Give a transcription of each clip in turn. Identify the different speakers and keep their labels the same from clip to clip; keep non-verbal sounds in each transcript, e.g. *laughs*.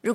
Speaker 1: 如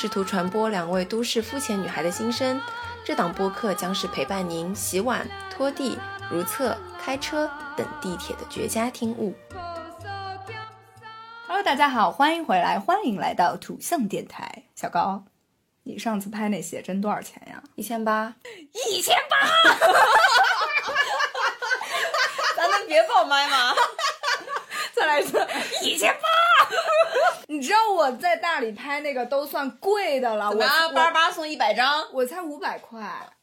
Speaker 1: 试图传播两位都市肤浅女孩的心声。这档播客将是陪伴您洗碗、拖地、如厕、开车等地铁的绝佳听物。
Speaker 2: Hello，大家好，欢迎回来，欢迎来到土象电台。小高，你上次拍那写真多少钱呀？
Speaker 1: 一千八，
Speaker 2: 一千八。
Speaker 3: 咱能别爆麦吗？
Speaker 2: *laughs* 再来一次，一千八。你知道我在大理拍那个都算贵的了，
Speaker 3: 怎
Speaker 2: 我
Speaker 3: 么样？
Speaker 2: 我
Speaker 3: 八十八送一百张，
Speaker 2: 我才五百块。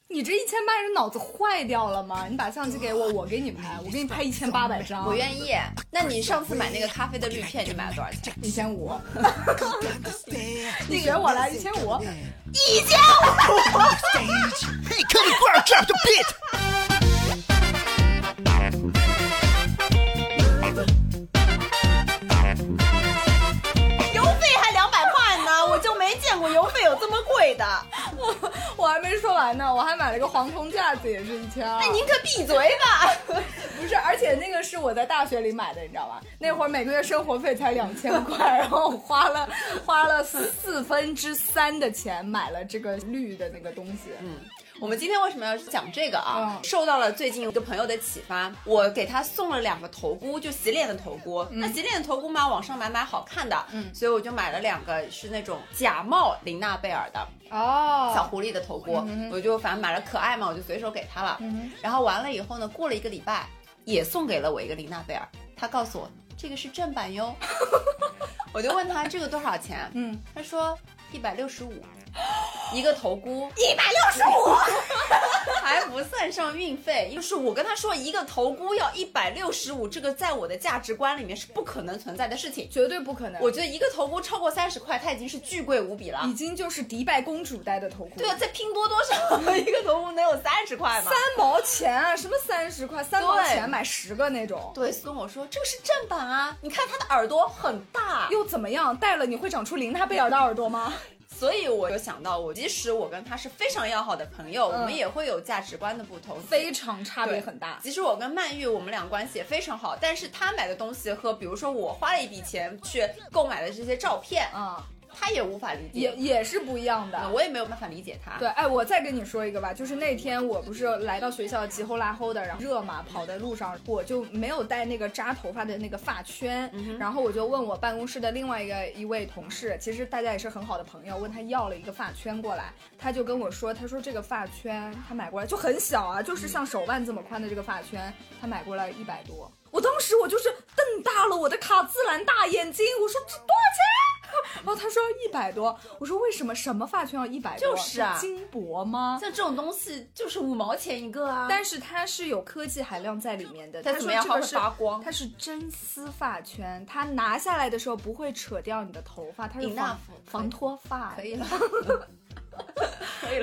Speaker 2: 你这一千八是脑子坏掉了吗？你把相机给我，我给你拍，我给你拍一千八百张，
Speaker 3: 我愿意。那你上次买那个咖啡的滤片，你买了多少钱？
Speaker 2: 一千五。 *laughs* 你选我来一千五，
Speaker 4: *laughs* Hey, come and fire, drop the beat.
Speaker 2: 我我还没说完呢，我还买了个黄铜架子，也是一千二。那
Speaker 3: 可闭嘴吧！
Speaker 2: 不是，而且那个是我在大学里买的，你知道吧？那会儿每个月生活费才两千块，然后我花了花了四分之三的钱买了这个绿的那个东西。
Speaker 3: *laughs* 我们今天为什么要讲这个啊？
Speaker 2: 嗯
Speaker 3: 受到了最近一个朋友的启发，我给他送了两个头箍，就洗脸的头箍。那洗脸的头箍嘛，网上买买好看的，
Speaker 2: 嗯
Speaker 3: 所以我就买了两个，是那种假冒林娜贝尔的
Speaker 2: 哦
Speaker 3: 小狐狸的头箍，
Speaker 1: 嗯
Speaker 3: 我就反正买了可爱嘛，我就随手给他了。然后完了以后呢，过了一个礼拜，也送给了我一个林娜贝尔，他告诉我这个是正版哟， *laughs* 我就问他这个多少钱，
Speaker 2: 嗯，
Speaker 3: 他说一百六十五，一个头箍，
Speaker 2: 一百六十五。
Speaker 3: 还不算上运费，就是我跟他说一个头箍要一百六十五，这个在我的价值观里面是不可能存在的事情。
Speaker 2: 绝对不可能。
Speaker 3: 我觉得一个头箍超过三十块，它已经是巨贵无比了
Speaker 2: 已。经就是迪拜公主戴的头箍，
Speaker 3: 对啊，在拼多多上一个头箍能有三十块吗
Speaker 2: 三？毛钱啊，什么三十块，三毛
Speaker 3: 对
Speaker 2: 钱买十个那种，
Speaker 3: 对，苏跟我说这个是正版啊，你看他的耳朵很大，
Speaker 2: 又怎么样？戴了你会长出林娜贝尔的耳朵吗？
Speaker 3: 所以我就想到我，即使我跟他是非常要好的朋友，我们也会有价值观的不同，
Speaker 2: 嗯非常差别很大。
Speaker 3: 其实我跟曼玉，我们俩关系也非常好，但是她买的东西和比如说我花了一笔钱去购买的这些照片，
Speaker 2: 啊、
Speaker 3: 她也无法理
Speaker 2: 也
Speaker 3: 解，呃
Speaker 2: 也是不一样的。
Speaker 3: 我也没有办法理解她。
Speaker 2: 对，，哎，我再跟你说一个吧，就是那天我不是来到学校急吼拉吼的，然后热嘛，跑在路上，我就没有带那个扎头发的那个发圈，
Speaker 3: 嗯
Speaker 2: 然后我就问我办公室的另外一个一位同事，其实大家也是很好的朋友，问他要了一个发圈过来，他就跟我说，他说这个发圈他买过来就很小啊，就是像手腕这么宽的这个发圈，他买过来一百多。我当时我就是瞪大了我的卡姿兰大眼睛，我说这多少钱？然 *laughs* 后他说一百多，我说为什么什么发圈要一百多？
Speaker 3: 就是啊
Speaker 2: 金箔吗？
Speaker 3: 像这种东西就是五毛钱一个啊，
Speaker 2: 但是它是有科技含量在里面的，
Speaker 3: 它
Speaker 2: 他
Speaker 3: 怎
Speaker 2: 说
Speaker 3: 么样
Speaker 2: 这个
Speaker 3: 还会
Speaker 2: 是
Speaker 3: 发光
Speaker 2: 它是真丝发圈，它拿下来的时候不会扯掉你的头发，它是
Speaker 3: Enough，
Speaker 2: 防
Speaker 3: 可以
Speaker 2: 防脱发。
Speaker 3: 可以了。
Speaker 2: *laughs*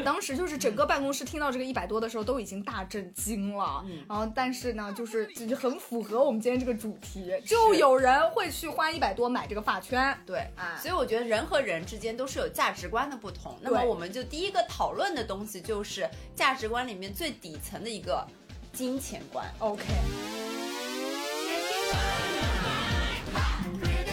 Speaker 2: 当时就是整个办公室听到这个一百多的时候都已经大震惊了，
Speaker 3: 嗯
Speaker 2: 然后但是呢，就是就是很符合我们今天这个主题，就有人会去花一百多买这个发圈。 *laughs*
Speaker 3: 对
Speaker 2: 啊
Speaker 3: 所以我觉得人和人之间都是有价值观的不同。那么
Speaker 2: 对
Speaker 3: 我们就第一个讨论的东西就是价值观里面最底层的一个金钱观。
Speaker 2: OK。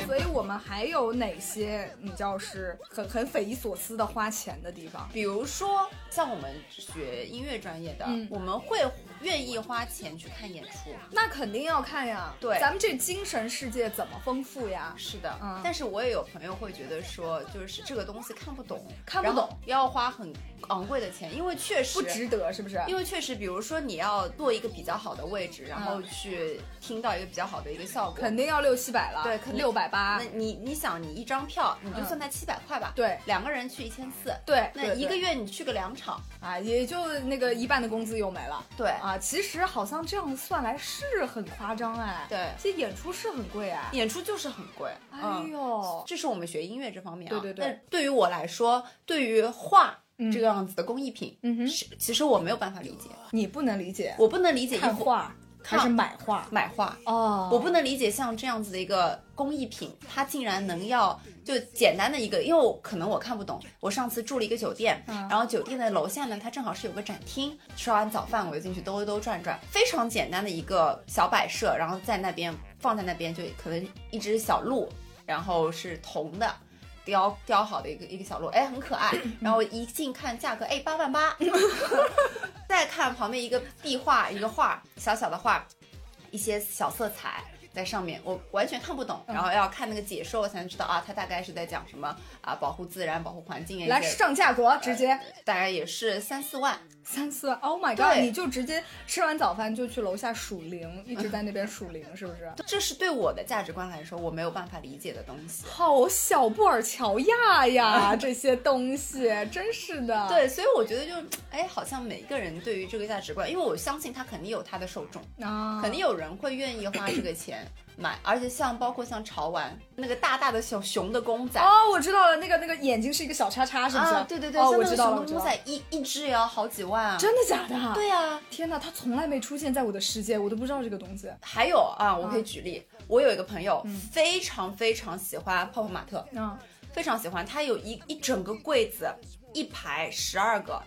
Speaker 2: 所以我们还有哪些你知道是很很匪夷所思的花钱的地方？
Speaker 3: 比如说，像我们学音乐专业的，
Speaker 2: 嗯
Speaker 3: 我们会愿意花钱去看演出。
Speaker 2: 那肯定要看呀，
Speaker 3: 对
Speaker 2: 咱们这精神世界怎么丰富呀？
Speaker 3: 是的，
Speaker 2: 嗯
Speaker 3: 但是我也有朋友会觉得说，就是这个东西看不懂，
Speaker 2: 看不懂，
Speaker 3: 要花很昂贵的钱，因为确实
Speaker 2: 不值得是不是？
Speaker 3: 因为确实，比如说你要坐一个比较好的位置，然后去听到一个比较好的一个效果，
Speaker 2: 嗯肯定要六七百了，
Speaker 3: 对肯定
Speaker 2: 六百八
Speaker 3: 那，你你想，你一张票你就算它七百块吧，
Speaker 2: 对
Speaker 3: 两个人去一千四，
Speaker 2: 对，
Speaker 3: 那
Speaker 2: 对
Speaker 3: 一个
Speaker 2: 对
Speaker 3: 月你去个两场，
Speaker 2: 啊，也就那个一半的工资又没了。
Speaker 3: 对
Speaker 2: 啊，其实好像这样算来是很夸张哎，
Speaker 3: 对
Speaker 2: 其实演出是很贵哎，
Speaker 3: 演出就是很贵，
Speaker 2: 哎
Speaker 3: 嗯
Speaker 2: 呦，
Speaker 3: 这是我们学音乐这方面啊。
Speaker 2: 对对对
Speaker 3: 但对于我来说，对于画
Speaker 2: 嗯
Speaker 3: 这个样子的工艺品，
Speaker 2: 嗯哼，
Speaker 3: 是其实我没有办法理解，
Speaker 2: 你不能理解
Speaker 3: 我不能理解一
Speaker 2: 看
Speaker 3: 幅
Speaker 2: 画还
Speaker 3: 看
Speaker 2: 是买画
Speaker 3: 买画，
Speaker 2: 哦，
Speaker 3: 我不能理解像这样子的一个工艺品，它竟然能要就简单的一个，因为我可能我看不懂。我上次住了一个酒店，
Speaker 2: 嗯
Speaker 3: 然后酒店的楼下呢，它正好是有个展厅，吃完早饭我就进去兜一兜转转，非常简单的一个小摆设，然后在那边放在那边就可能一只小鹿，然后是铜的。雕雕好的一个一个小鹿，哎，很可 *clears throat* 爱。然后一近看价格，哎，八万 *laughs* 八。再看旁边一个壁画，一个画，小小的画，一些小色彩在上面，我完全看不懂，然后要看那个解说，我才能知道啊，它大概是在讲什么啊，保护自然、保护环境啊，
Speaker 2: 来
Speaker 3: 一些
Speaker 2: 上价格直接
Speaker 3: 大概也是三四万。
Speaker 2: 三四，Oh my god！
Speaker 3: 对
Speaker 2: 你就直接吃完早饭就去楼下数零，一直在那边数零，是不
Speaker 3: *laughs*
Speaker 2: 是？
Speaker 3: 这是对我的价值观来说，我没有办法理解的东西。
Speaker 2: 好小布尔乔亚呀，这些东西真是的。，
Speaker 3: 对，所以我觉得就，哎，好像每个人对于这个价值观，因为我相信他肯定有他的受众，
Speaker 2: 啊，
Speaker 3: 肯定有人会愿意花这个钱买，而且像包括像潮玩那个大大的小熊的公仔，
Speaker 2: 哦，我知道了，那个那个眼睛是一个小叉叉，是不是？
Speaker 3: 啊，对对对，
Speaker 2: 哦，
Speaker 3: 像
Speaker 2: 我
Speaker 3: 那
Speaker 2: 知
Speaker 3: 个
Speaker 2: 道
Speaker 3: 熊
Speaker 2: 了，
Speaker 3: 的
Speaker 2: 我知道
Speaker 3: 公
Speaker 2: 了。
Speaker 3: 仔一一只也要好几万啊。
Speaker 2: 真的假的？，
Speaker 3: 对啊，
Speaker 2: 天哪，他从来没出现在我的世界，我都不知道这个东西。
Speaker 3: 还有啊，我可以
Speaker 2: 啊
Speaker 3: 举例，我有一个朋友
Speaker 2: 嗯
Speaker 3: 非常非常喜欢泡泡玛特，
Speaker 2: 啊，
Speaker 3: 非常喜欢，他有一一整个柜子，一排十二个，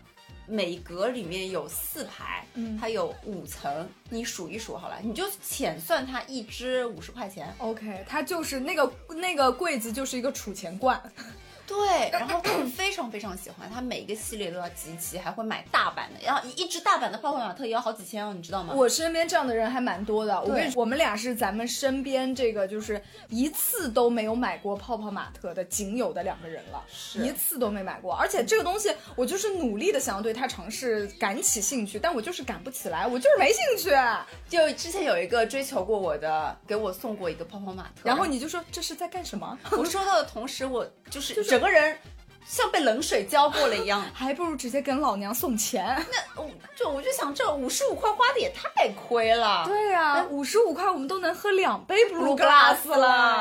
Speaker 3: 每格里面有四排，
Speaker 2: 嗯
Speaker 3: 它有五层，你数一数好了，你就浅算它一只五十块钱，
Speaker 2: OK，它就是那个那个柜子就是一个储钱罐，
Speaker 3: 对，然后他非常非常喜欢，他每一个系列都要集齐，还会买大版的，然后一一只大版的泡泡玛特也要好几千哦，你知道吗？
Speaker 2: 我身边这样的人还蛮多的。我跟
Speaker 3: 对
Speaker 2: 你说，我们俩是咱们身边这个就是一次都没有买过泡泡玛特的仅有的两个人了，
Speaker 3: 是
Speaker 2: 一次都没买过。而且这个东西，我就是努力的想要对它尝试感起兴趣，但我就是感不起来，我就是没兴趣。
Speaker 3: 就之前有一个追求过我的，给我送过一个泡泡玛特，
Speaker 2: 然后你就说这是在干什么？。
Speaker 3: 我收到的同时，我就是整个人像被冷水浇过了一样
Speaker 2: 还不如直接跟老娘送钱。
Speaker 3: 我就我就想，这五十五块花的也太亏了。
Speaker 2: 对呀、啊，五十五块我们都能喝两杯 Blue
Speaker 3: Blue
Speaker 2: Glass
Speaker 3: Glass
Speaker 2: 了。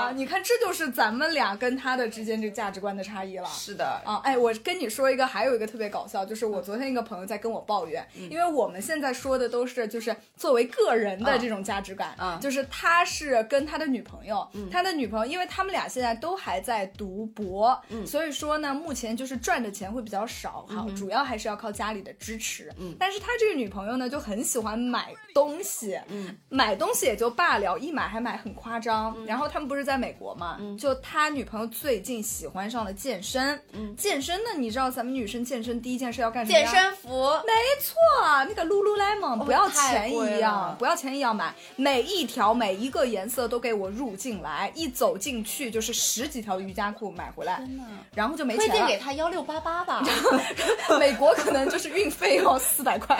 Speaker 3: 了
Speaker 2: 你看，这就是咱们俩跟他的之间这个价值观的差异了。
Speaker 3: 是的，
Speaker 2: 啊，哎，我跟你说一个，还有一个特别搞笑，就是我昨天一个朋友在跟我抱怨，因为我们现在说的都是就是作为个人的这种价值感，
Speaker 3: 嗯
Speaker 2: 就是他是跟他的女朋友，他的女朋友，因为他们俩现在都还在读博，所以说呢，目前就是赚的钱会比较少哈，主要还是要靠家里的支持，
Speaker 3: 嗯
Speaker 2: 但是他这个女朋友呢就很喜欢买东西，
Speaker 3: 嗯，
Speaker 2: 买东西也就罢了，一买还买很夸张。然后他们不是在美国嘛，就他女朋友最近喜欢上了健身。
Speaker 3: 嗯
Speaker 2: 健身呢，你知道咱们女生健身第一件事要干什么呀？
Speaker 3: 健身服
Speaker 2: 没错，那个 Lululemon
Speaker 3: 哦
Speaker 2: 不要
Speaker 3: 太
Speaker 2: 钱
Speaker 3: 贵
Speaker 2: 一样
Speaker 3: 了，
Speaker 2: 不要钱一样买，每一条每一个颜色都给我入进来，一走进去就是十几条瑜伽裤买回来，然后就没
Speaker 3: 推
Speaker 2: 钱
Speaker 3: 荐给
Speaker 2: 了。
Speaker 3: 他幺六八八吧。
Speaker 2: 美国可能就是运费
Speaker 3: *laughs*
Speaker 2: 要四百块，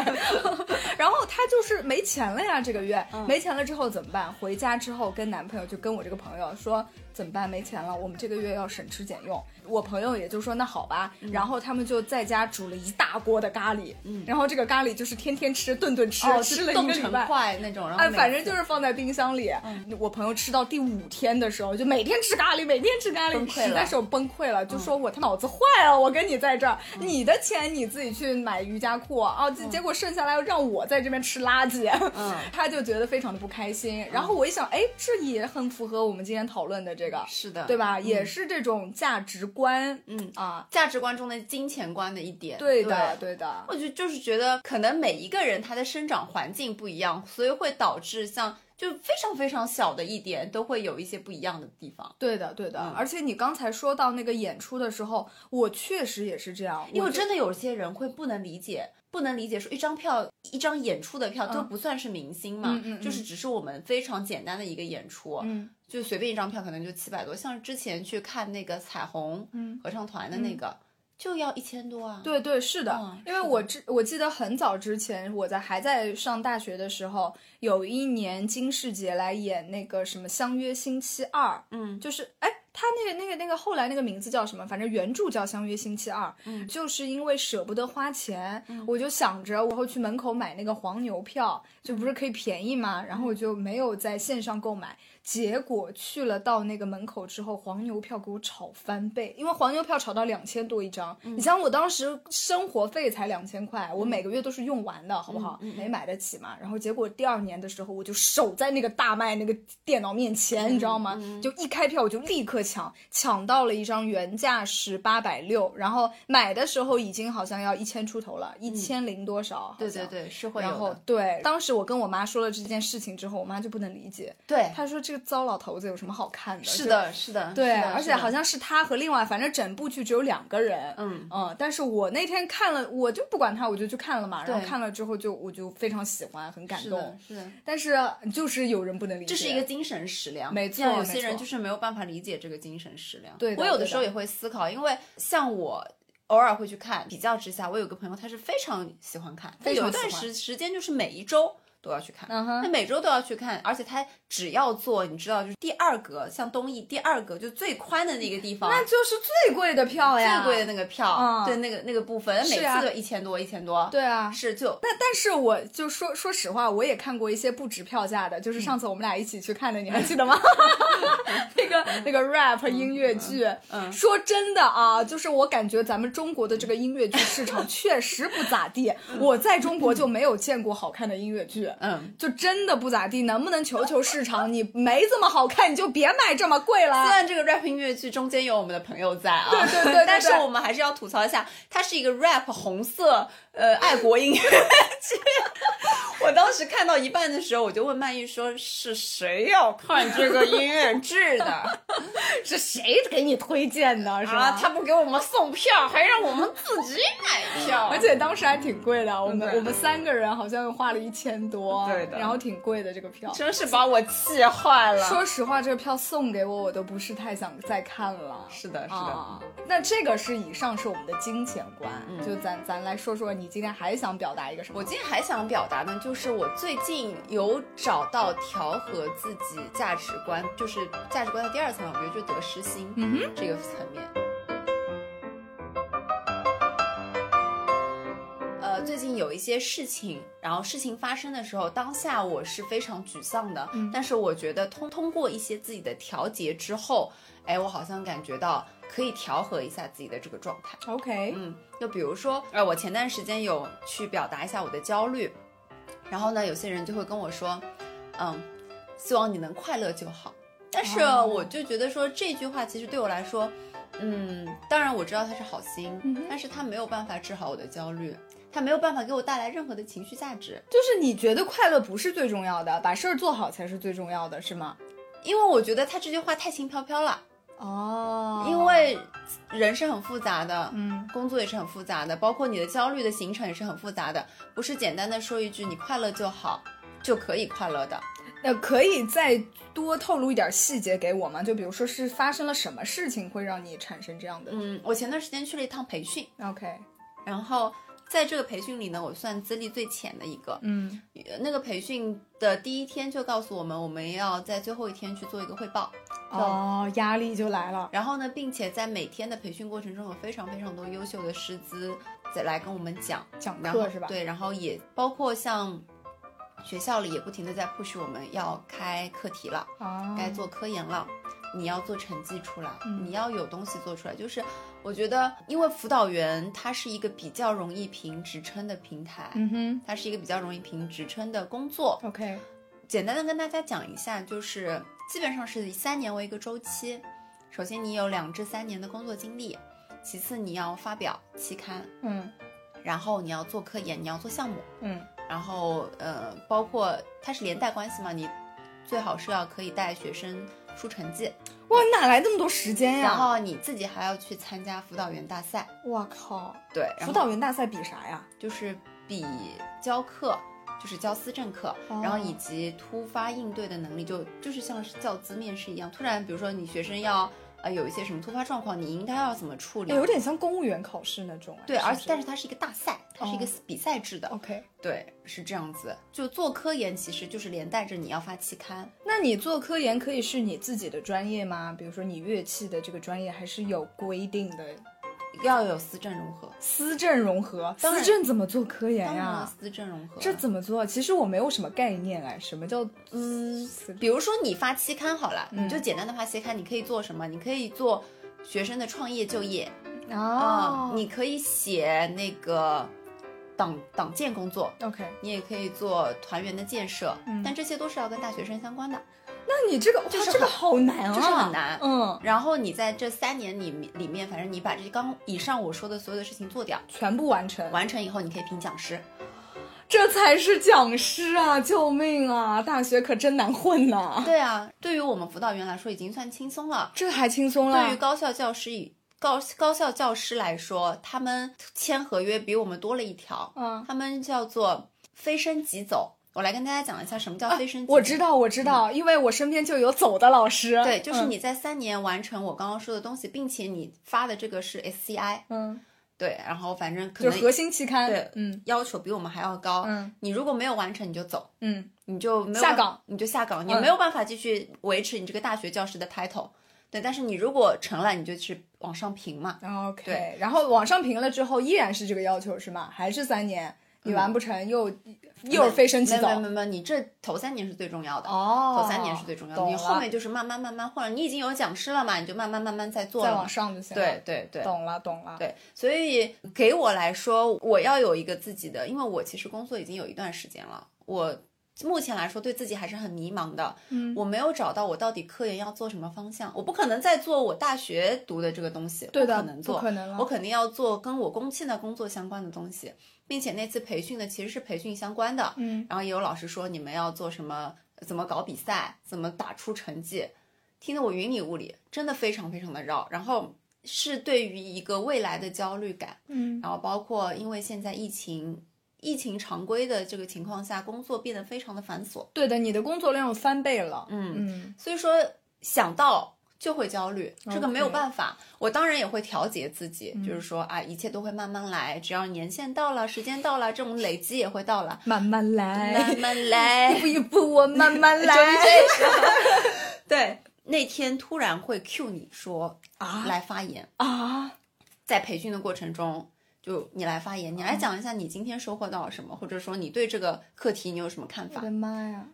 Speaker 2: 然后她就是没钱了呀，这个月、
Speaker 3: 嗯
Speaker 2: 没钱了之后怎么办？回家之后跟男朋友就跟我这个朋友说怎么办？没钱了，我们这个月要省吃俭用。我朋友也就说那好吧，
Speaker 3: 嗯
Speaker 2: 然后他们就在家煮了一大锅的咖喱，然后这个咖喱就是天天吃，顿顿吃，
Speaker 3: 哦，
Speaker 2: 吃了
Speaker 3: 是
Speaker 2: 一个
Speaker 3: 冻
Speaker 2: 礼
Speaker 3: 成
Speaker 2: 拜。
Speaker 3: 块那种，然后
Speaker 2: 哎，
Speaker 3: 每
Speaker 2: 反正
Speaker 3: 次嗯
Speaker 2: 就是放在冰箱里。我朋友吃到第五天的时候，就每天吃咖喱，每天吃咖喱
Speaker 3: 崩，溃了嗯
Speaker 2: 实在是我崩溃了，就说我他脑子坏了，我跟你在这儿，你的钱你自己去买瑜伽裤啊，结结果剩下来又让我在这边吃垃圾，
Speaker 3: 嗯
Speaker 2: *laughs* 他就觉得非常的不开心。然后我一想，哎，这也很符合我们今天讨论的这个，
Speaker 3: 是的，
Speaker 2: 对？吧？也是这种价值观，
Speaker 3: 嗯
Speaker 2: 啊，
Speaker 3: 价值观中的金钱观的一点，
Speaker 2: 对的，对的，
Speaker 3: 我就就是觉得，可能每一个人他的生长环境不一样，所以会导致像就非常非常小的一点，都会有一些不一样的地方。
Speaker 2: 对的，对的，
Speaker 3: 嗯
Speaker 2: 而且你刚才说到那个演出的时候，我确实也是这样，
Speaker 3: 因为
Speaker 2: 我就
Speaker 3: 真的有些人会不能理解，不能理解说一张票、一张演出的票
Speaker 2: 嗯
Speaker 3: 都不算是明星嘛，
Speaker 2: 嗯嗯嗯
Speaker 3: 就是只是我们非常简单的一个演出，
Speaker 2: 嗯
Speaker 3: 就随便一张票可能就七百多。像之前去看那个彩虹
Speaker 2: 嗯，
Speaker 3: 合唱团的那个，就要一千多啊。
Speaker 2: 对对哦是的，
Speaker 3: 嗯
Speaker 2: 因为我之我记得很早之前，我在还在上大学的时候，有一年金世杰来演那个什么《相约星期二》，
Speaker 3: 嗯，
Speaker 2: 就是哎，他那个那个那个后来那个名字叫什么？反正原著叫《相约星期二》，就是因为舍不得花钱，我就想着我会去门口买那个黄牛票，就不是可以便宜吗？然后我就没有在线上购买，结果去了到那个门口之后，黄牛票给我炒翻倍，因为黄牛票炒到两千多一张。
Speaker 3: 嗯
Speaker 2: 你想我当时生活费才两千块，我每个月都是用完的，好不
Speaker 3: 嗯
Speaker 2: 好？没买得起嘛。然后结果第二年的时候，我就守在那个大麦那个电脑面前，你知道吗？
Speaker 3: 嗯
Speaker 2: 就一开票我就立刻抢，抢到了一张原价是八百六，然后买的时候已经好像要一千出头了，一千零多少？好
Speaker 3: 嗯对
Speaker 2: 像
Speaker 3: 对。对，是会有
Speaker 2: 然后
Speaker 3: 的。
Speaker 2: 对，当时我跟我妈说了这件事情之后，我妈就不能理解，
Speaker 3: 对，
Speaker 2: 她说这个糟老头子有什么好哎看的？
Speaker 3: 是
Speaker 2: 就。
Speaker 3: 的，是的，
Speaker 2: 对，
Speaker 3: 是的
Speaker 2: 而
Speaker 3: 是
Speaker 2: 且
Speaker 3: 的
Speaker 2: 好像是他和另外，反正整部剧只有两个人。
Speaker 3: 嗯
Speaker 2: 嗯，但是我那天看了，我就不管他，我就去看了嘛。然后
Speaker 3: 对
Speaker 2: 看了之后就，我就非常喜欢，很感
Speaker 3: 是的
Speaker 2: 动。，
Speaker 3: 是的，
Speaker 2: 但是呃就是有人不能理解，
Speaker 3: 这是一个精神食粮。
Speaker 2: 没错
Speaker 3: 像有
Speaker 2: 没
Speaker 3: 些人
Speaker 2: 错
Speaker 3: 就是没有办法理解这个精神食粮。
Speaker 2: 对的
Speaker 3: 我有
Speaker 2: 对
Speaker 3: 的时候
Speaker 2: 的
Speaker 3: 也会思考，因为像我。偶尔会去看，比较之下，我有个朋友，他是非常喜欢看，他
Speaker 2: 非
Speaker 3: 有一
Speaker 2: 常
Speaker 3: 段
Speaker 2: 喜欢
Speaker 3: 时时间就是每一周都要去看，
Speaker 2: 嗯哼
Speaker 3: 那每周都要去看，而且他只要坐，你知道，就是第二格，像东艺第二格就最宽的那个地方，
Speaker 2: 那就是最贵的票呀，
Speaker 3: 最贵的那个票，
Speaker 2: 嗯
Speaker 3: 对那个那个部分，每
Speaker 2: 是啊
Speaker 3: 次都一千多，一千多，
Speaker 2: 对啊。
Speaker 3: 是就
Speaker 2: 但但是我就说说实话，我也看过一些不值票价的，
Speaker 3: 嗯
Speaker 2: 就是上次我们俩一起去看的，你还记得吗？ *laughs* 那个那个 rap 音乐剧，
Speaker 3: 嗯
Speaker 2: 说真的啊，就是我感觉咱们中国的这个音乐剧市
Speaker 3: *laughs*
Speaker 2: 场确实不咋地，我在中国就没有见过好看的音乐剧。
Speaker 3: 嗯。
Speaker 2: 就真的不咋地，能不能求求市场？你没这么好看，你就别买这么贵
Speaker 3: 虽
Speaker 2: 了。
Speaker 3: 然这个 rap 音乐剧中间有我们的朋友在啊，
Speaker 2: 对对
Speaker 3: *laughs*
Speaker 2: 对对
Speaker 3: 但是
Speaker 2: 对
Speaker 3: 我们还是要吐槽一下，它是一个 rap 红色呃爱国音乐剧。 *laughs* 我当时看到一半的时候，我就问曼玉说：“是谁要看这个音乐剧
Speaker 2: *laughs*
Speaker 3: 的？
Speaker 2: 是谁给你推荐的？是吧？
Speaker 3: 啊，他不给我们送票，还让我们自己买
Speaker 2: *laughs*
Speaker 3: 票，
Speaker 2: 而且当时还挺贵的，我们
Speaker 3: 嗯对
Speaker 2: 我们三个人好像花了一千多，
Speaker 3: 对的
Speaker 2: 然后挺贵的这个票。
Speaker 3: 真是把我气坏了。”
Speaker 2: 说实话，这个票送给我，我都不是太想再看了。
Speaker 3: 是的，是的。
Speaker 2: 啊，那这个是以上是我们的金钱观，
Speaker 3: 嗯
Speaker 2: 就咱咱来说说你今天还想表达一个什么？
Speaker 3: 我今天还想表达呢，就是我最近有找到调和自己价值观，就是价值观的第二层，我觉得就是得失心、
Speaker 2: 嗯哼，
Speaker 3: 这个层面。呃，最近有一些事情，然后事情发生的时候，当下我是非常沮丧的，
Speaker 2: 嗯
Speaker 3: 但是我觉得通通过一些自己的调节之后，哎，我好像感觉到可以调和一下自己的这个状态。
Speaker 2: ，OK，
Speaker 3: 嗯，就比如说，呃，我前段时间有去表达一下我的焦虑，然后呢，有些人就会跟我说，嗯，希望你能快乐就好。但是
Speaker 2: 哦
Speaker 3: 我就觉得说这句话其实对我来说，嗯，当然我知道他是好心，
Speaker 2: 嗯哼
Speaker 3: 但是他没有办法治好我的焦虑，他没有办法给我带来任何的情绪价值，
Speaker 2: 就是你觉得快乐不是最重要的，把事儿做好才是最重要的，是吗？
Speaker 3: 因为我觉得他这句话太轻飘飘了，
Speaker 2: 哦
Speaker 3: 因为人是很复杂的，
Speaker 2: 嗯，
Speaker 3: 工作也是很复杂的，包括你的焦虑的行程也是很复杂的，不是简单的说一句你快乐就好就可以快乐的。
Speaker 2: 那呃可以再多透露一点细节给我吗？就比如说是发生了什么事情会让你产生这样的？
Speaker 3: 嗯，我前段时间去了一趟培训，
Speaker 2: OK，
Speaker 3: 然后在这个培训里呢，我算资历最浅的一个。
Speaker 2: 嗯
Speaker 3: 呃那个培训的第一天就告诉我们，我们要在最后一天去做一个汇报。
Speaker 2: 哦，压力就来了。
Speaker 3: 然后呢，并且在每天的培训过程中，有非常非常多优秀的师资在来跟我们讲
Speaker 2: 讲
Speaker 3: 然后
Speaker 2: 课是吧
Speaker 3: 对，然后也包括像学校里也不停的在 push 我们要开课题了，
Speaker 2: 哦
Speaker 3: 该做科研了，你要做成绩出来，
Speaker 2: 嗯
Speaker 3: 你要有东西做出来。就是我觉得，因为辅导员他是一个比较容易评职称的平台，
Speaker 2: 嗯哼
Speaker 3: 它是一个比较容易评职称的工作。
Speaker 2: ，OK，
Speaker 3: 简单的跟大家讲一下，就是基本上是以三年为一个周期。首先，你有两至三年的工作经历；其次，你要发表期刊，
Speaker 2: 嗯
Speaker 3: 然后你要做科研，你要做项目，
Speaker 2: 嗯
Speaker 3: 然后呃，包括它是连带关系嘛，你最好是要可以带学生出成绩，
Speaker 2: 哇，你哪来那么多时间
Speaker 3: 然
Speaker 2: 呀？
Speaker 3: 后你自己还要去参加辅导员大赛，
Speaker 2: 我靠，
Speaker 3: 对，然后
Speaker 2: 辅导员大赛比啥呀？
Speaker 3: 就是比教课，就是教思政课，
Speaker 2: 哦
Speaker 3: 然后以及突发应对的能力就，就是像是教资面试一样，突然比如说你学生要。呃呃有一些什么突发状况，你应该要怎么处理？
Speaker 2: 哎有点像公务员考试那种哎。
Speaker 3: 对，而但
Speaker 2: 是
Speaker 3: 是它是一个大赛，它是一个
Speaker 2: 哦
Speaker 3: 比赛制的，
Speaker 2: OK，
Speaker 3: 对，是这样子。就做科研其实就是连带着你要发期刊，
Speaker 2: 那你做科研可以是你自己的专业吗？比如说你乐器的这个专业还是有规定的。
Speaker 3: 要有思政融合，
Speaker 2: 思政融合，
Speaker 3: 当然
Speaker 2: 思政怎么做科研
Speaker 3: 当
Speaker 2: 呀、
Speaker 3: 然了思政融合。
Speaker 2: 这怎么做？其实我没有什么概念哎，什么叫嗯？
Speaker 3: 比如说你发期刊好了，
Speaker 2: 嗯
Speaker 3: 你就简单的发期刊，你可以做什么？你可以做学生的创业就业啊、
Speaker 2: 哦，
Speaker 3: 你可以写那个党党建工作，
Speaker 2: OK？
Speaker 3: 你也可以做团员的建设，
Speaker 2: 嗯
Speaker 3: 但这些都是要跟大学生相关的，
Speaker 2: 那你这个哇，
Speaker 3: 就是
Speaker 2: 这个好难啊，
Speaker 3: 就是很难。
Speaker 2: 嗯，
Speaker 3: 然后你在这三年里面里面，反正你把这刚以上我说的所有的事情做掉，
Speaker 2: 全部完成，
Speaker 3: 完成以后你可以评讲师。
Speaker 2: 这才是讲师啊！救命啊！大学可真难混呐、
Speaker 3: 对啊，对于我们辅导员来说已经算轻松了，
Speaker 2: 这还轻松
Speaker 3: 对于
Speaker 2: 了。
Speaker 3: 高校教师以高高校教师来说，他们签合约比我们多了一条，
Speaker 2: 嗯
Speaker 3: 他们叫做非升即走。我来跟大家讲一下什么叫非升即走。
Speaker 2: 啊我知道，我知道，因为我身边就有走的老师。
Speaker 3: 嗯对，就是
Speaker 2: 嗯
Speaker 3: 你在三年完成我刚刚说的东西，并且你发的这个是 SCI，
Speaker 2: 嗯，
Speaker 3: 对，然后反正可
Speaker 2: 就
Speaker 3: 能
Speaker 2: 核心期刊。
Speaker 3: 对
Speaker 2: 嗯
Speaker 3: 要求比我们还要高。
Speaker 2: 嗯
Speaker 3: 你如果没有完成，你就走，
Speaker 2: 嗯，
Speaker 3: 你就没有
Speaker 2: 下
Speaker 3: 办
Speaker 2: 岗，
Speaker 3: 你就下岗，你
Speaker 2: 嗯
Speaker 3: 没有办法继续维持你这个大学教师的 title。对，但是你如果成了，你就去往上评嘛。
Speaker 2: OK
Speaker 3: 对。
Speaker 2: 然后网上评了之后，依然是这个要求是吗？还是三年？你完不成又又是非升即
Speaker 3: 嗯没没
Speaker 2: 走
Speaker 3: 没没，你这头三年是最重要的。
Speaker 2: 哦，
Speaker 3: 头三年是最重要的，
Speaker 2: 懂
Speaker 3: 你后
Speaker 2: 了
Speaker 3: 面就是慢慢慢慢，或者你已经有讲师了嘛，你就慢慢慢慢再做
Speaker 2: 再
Speaker 3: 了嘛
Speaker 2: 往上就行
Speaker 3: 对
Speaker 2: 了。
Speaker 3: 对对
Speaker 2: 啊懂了懂了。
Speaker 3: 对，所以给我来说，我要有一个自己的，因为我其实工作已经有一段时间了，我目前来说对自己还是很迷茫的，
Speaker 2: 嗯
Speaker 3: 我没有找到我到底科研要做什么方向，我不可能再做我大学读的这个东西，
Speaker 2: 对
Speaker 3: 不
Speaker 2: 的，
Speaker 3: 可能啊做，
Speaker 2: 不可啊能了。
Speaker 3: 我肯定要做跟我工现在工作相关的东西，并且那次培训呢其实是培训相关的，
Speaker 2: 嗯，
Speaker 3: 然后也有老师说你们要做什么，怎么搞比赛，怎么打出成绩，听得我云里雾里，真的非常非常的绕。然后是对于一个未来的焦虑感，
Speaker 2: 嗯
Speaker 3: 然后包括因为现在疫情。疫情常规的这个情况下，工作变得非常的繁琐，
Speaker 2: 对的，你的工作量翻倍了。
Speaker 3: 嗯，
Speaker 2: 嗯，
Speaker 3: 所以说想到就会焦虑，这个没有
Speaker 2: OK
Speaker 3: 办法。我当然也会调节自己，
Speaker 2: 嗯
Speaker 3: 就是说啊，一切都会慢慢来，只要年限到了，时间到了，这种累积也会到了，
Speaker 2: 慢慢来，
Speaker 3: 慢慢
Speaker 2: *laughs*
Speaker 3: 来，
Speaker 2: 一步一步我慢慢 *laughs* 来
Speaker 3: 这时候，对，那天突然会 cue 你说
Speaker 2: 啊
Speaker 3: 来发言，
Speaker 2: 啊！
Speaker 3: 在培训的过程中，就你来发言，你来讲一下你今天收获到了什么，或者说你对这个课题你有什么看
Speaker 2: 我
Speaker 3: 法
Speaker 2: 的，妈呀！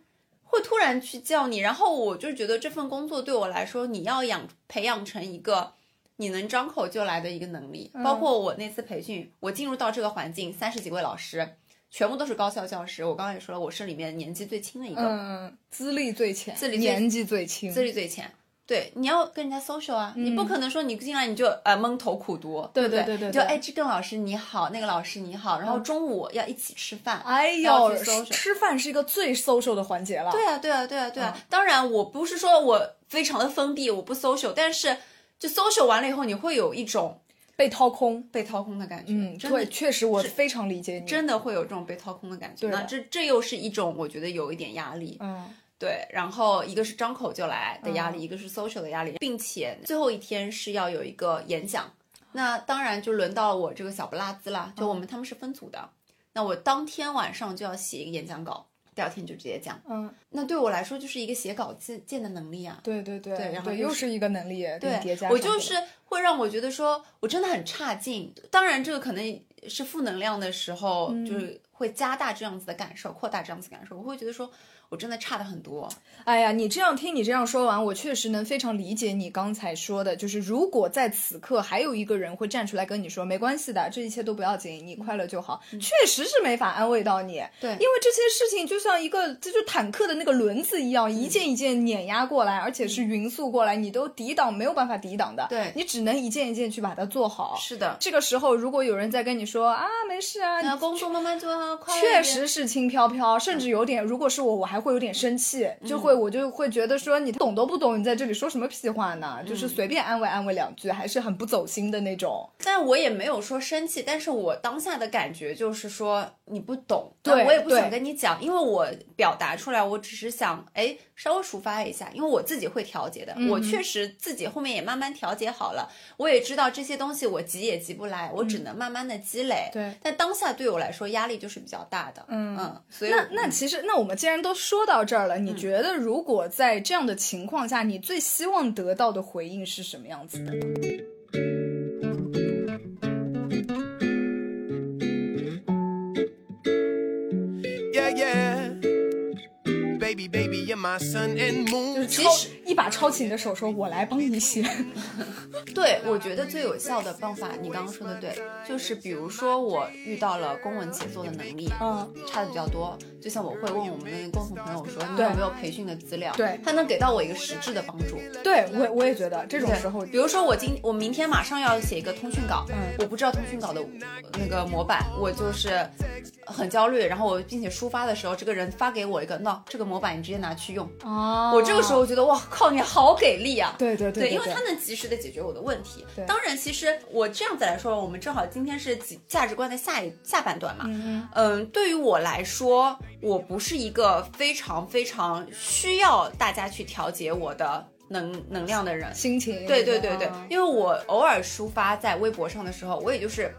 Speaker 3: 会突然去叫你，然后我就觉得这份工作对我来说，你要养培养成一个。你能张口就来的一个能力，
Speaker 2: 嗯
Speaker 3: 包括我那次培训，我进入到这个环境，三十几位老师，全部都是高校教师。我刚刚也说了，我是里面年纪最轻的一个，
Speaker 2: 嗯，资历最浅，
Speaker 3: 资历最
Speaker 2: 年纪最轻，
Speaker 3: 资历最浅。对，你要跟人家 social 啊，你不可能说你进来你就呃蒙头苦读，
Speaker 2: 嗯对
Speaker 3: 不
Speaker 2: 对对
Speaker 3: 对
Speaker 2: 对
Speaker 3: 你就
Speaker 2: 对嗯
Speaker 3: 哎这个老师你好，那个老师你好，然后中午要一起吃饭。
Speaker 2: 哎
Speaker 3: 要
Speaker 2: 呦
Speaker 3: 去，social
Speaker 2: 吃饭是一个最 social 的环节了。
Speaker 3: 对啊对啊对啊对
Speaker 2: 嗯
Speaker 3: 啊！当然我不是说我非常的封闭，我不 social，但是就 social 完了以后，你会有一种
Speaker 2: 被掏空。
Speaker 3: 被掏空的感觉，
Speaker 2: 嗯，
Speaker 3: 真的
Speaker 2: 对，确实我非常理解你。
Speaker 3: 真的会有这种被掏空的感觉。
Speaker 2: 对的
Speaker 3: 那这这又是一种我觉得有一点压力，
Speaker 2: 嗯，
Speaker 3: 对，然后一个是张口就来的压力，
Speaker 2: 嗯
Speaker 3: 一个是 social 的压力，并且最后一天是要有一个演讲。那当然就轮到我这个小不拉兹啦，
Speaker 2: 嗯
Speaker 3: 就我们他们是分组的，那我当天晚上就要写一个演讲稿，第二天就直接讲。
Speaker 2: 嗯，
Speaker 3: 那对我来说就是一个写稿见见的能力啊。
Speaker 2: 对对对
Speaker 3: 对然后
Speaker 2: 对，
Speaker 3: 又
Speaker 2: 又
Speaker 3: 是
Speaker 2: 是一个能力给你叠
Speaker 3: 对
Speaker 2: 加，上
Speaker 3: 我
Speaker 2: 去
Speaker 3: 就
Speaker 2: 了
Speaker 3: 是会让我觉得说我真的很差劲。当然，这个可能是负能量的时候，
Speaker 2: 嗯
Speaker 3: 就是会加大这样子的感受，扩大这样子的感受。我会觉得说我真的差的很多。
Speaker 2: 哎呀，你这样听你这样说完，我确实能非常理解你刚才说的，就是如果在此刻还有一个人会站出来跟你说没关系的，这一切都不要紧，你快乐就好，确实是没法安慰到你。
Speaker 3: 嗯对
Speaker 2: 因为这些事情就像一个这就坦克的那个轮子一样，一件一件碾压过来，而且是匀速过来，你都抵挡没有办法抵挡的，
Speaker 3: 对
Speaker 2: 你只能一件一件去把它做好。
Speaker 3: 是的，
Speaker 2: 这个时候，如果有人在跟你说啊，没事啊，
Speaker 3: 那工作慢慢做啊，快乐一
Speaker 2: 确
Speaker 3: 点
Speaker 2: 实是轻飘飘，甚至有点，如果是我，我还会有点生气，就
Speaker 3: 嗯
Speaker 2: 会我就会觉得说你懂都不懂，你在这里说什么屁话呢？
Speaker 3: 嗯
Speaker 2: 就是随便安慰安慰两句，还是很不走心的那种。
Speaker 3: 但我也没有说生气，但是我当下的感觉就是说你不懂，
Speaker 2: 对
Speaker 3: 但我也不想
Speaker 2: 对
Speaker 3: 跟你讲，因为我表达出来，我只是想哎稍微抒发一下，因为我自己会调节的，我确实自己后面也慢慢调节好了，我也知道这些东西我急也急不来，我只能慢慢的积累。
Speaker 2: 对
Speaker 3: 但当下对我来说压力就是比较大的，嗯所以
Speaker 2: 那
Speaker 3: 我
Speaker 2: 那其实，那我们既然都说到这儿了，你觉得如果在这样的情况下，你最希望得到的回应是什么样子的？
Speaker 4: Yeah, yeah. Baby, baby, you're my sun and
Speaker 2: 就是
Speaker 4: moon.
Speaker 2: 超一把抄起你的手说：“我来帮你写。 *laughs*
Speaker 3: 对，我觉得最有效的办法，你刚刚说的对，就是比如说我遇到了公文写作的能力，
Speaker 2: 嗯，
Speaker 3: 差的比较多，就像我会问我们的共同朋友说，你
Speaker 2: 对
Speaker 3: 有没有培训的资料？
Speaker 2: 对
Speaker 3: 他能给到我一个实质的帮助。
Speaker 2: 对我我也觉得这种时候
Speaker 3: 对，比如说我今我明天马上要写一个通讯稿，
Speaker 2: 嗯
Speaker 3: 我不知道通讯稿的那个模板，我就是很焦虑，然后我并且抒发的时候，这个人发给我一个，那这个模板你直接拿去用。
Speaker 2: 啊
Speaker 3: 我这个时候觉得哇靠，你好给力啊！
Speaker 2: 对对
Speaker 3: 对，
Speaker 2: 对，
Speaker 3: 因为它能及时的解决我的问题
Speaker 2: 对。
Speaker 3: 当然，其实我这样子来说，我们正好今天是几价值观的下一下半段嘛。
Speaker 2: 嗯
Speaker 3: 嗯，对于我来说，我不是一个非常非常需要大家去调节我的能能量的人。
Speaker 2: 心情
Speaker 3: 对对对对
Speaker 2: 啊，
Speaker 3: 因为我偶尔抒发在微博上的时候，我也就是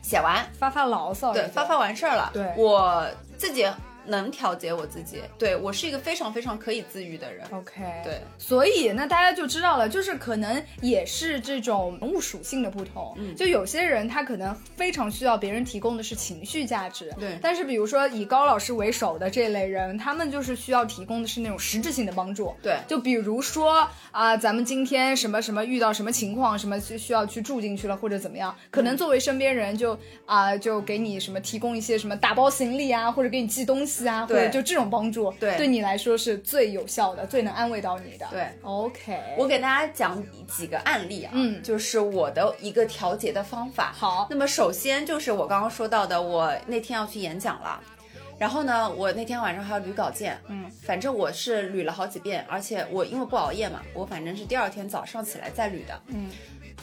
Speaker 3: 写完，
Speaker 2: 发发牢骚，
Speaker 3: 对，发发完事儿了，
Speaker 2: 对
Speaker 3: 我自己能调节我自己，对我是一个非常非常可以自愈的人。
Speaker 2: OK，
Speaker 3: 对，
Speaker 2: 所以那大家就知道了，就是可能也是这种人物属性的不同，
Speaker 3: 嗯
Speaker 2: 就有些人他可能非常需要别人提供的是情绪价值，
Speaker 3: 对
Speaker 2: 但是比如说以高老师为首的这类人，他们就是需要提供的是那种实质性的帮助，
Speaker 3: 对
Speaker 2: 就比如说啊、咱们今天什么什么遇到什么情况，什么需需要去住进去了或者怎么样，可
Speaker 3: 嗯
Speaker 2: 能作为身边人就啊、就给你什么提供一些什么打包行李啊，或者给你寄东西啊，或
Speaker 3: 对
Speaker 2: 者就这种帮助，
Speaker 3: 对
Speaker 2: 对你来说是最有效的，最能安慰到你的。
Speaker 3: 对
Speaker 2: ，OK，
Speaker 3: 我给大家讲几个案例啊，
Speaker 2: 嗯
Speaker 3: 就是我的一个调节的方法。
Speaker 2: 好
Speaker 3: 那么首先就是我刚刚说到的，我那天要去演讲了。然后呢，我那天晚上还要捋稿件，嗯，反正我是捋了好几遍，而且我因为不熬夜嘛，我反正是第二天早上起来再捋的，嗯。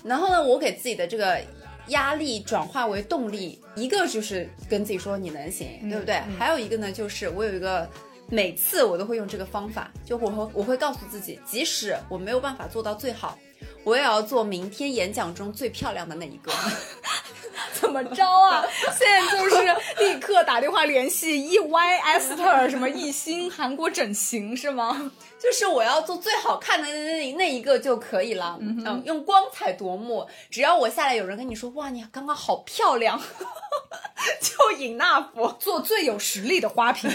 Speaker 3: 然后呢，我给自己的这个压力转化为动力，一个就是跟自己说你能行，对不对？还有一个呢，就是我有一个。每次我都会用这个方法，就我会我会告诉自己，即使我没有办法做到最好，我也要做明天演讲中最漂亮的那一个。
Speaker 2: 怎么着 *laughs* 啊？现在就是立刻打电话联系 EY Esther 什么艺兴韩国整形是吗？
Speaker 3: 就是我要做最好看的那那一个就可以了，嗯用光彩夺目。只要我下来有人跟你说，哇，你刚刚好漂亮， *laughs* 就引那福。
Speaker 2: 做最有实力的花瓶，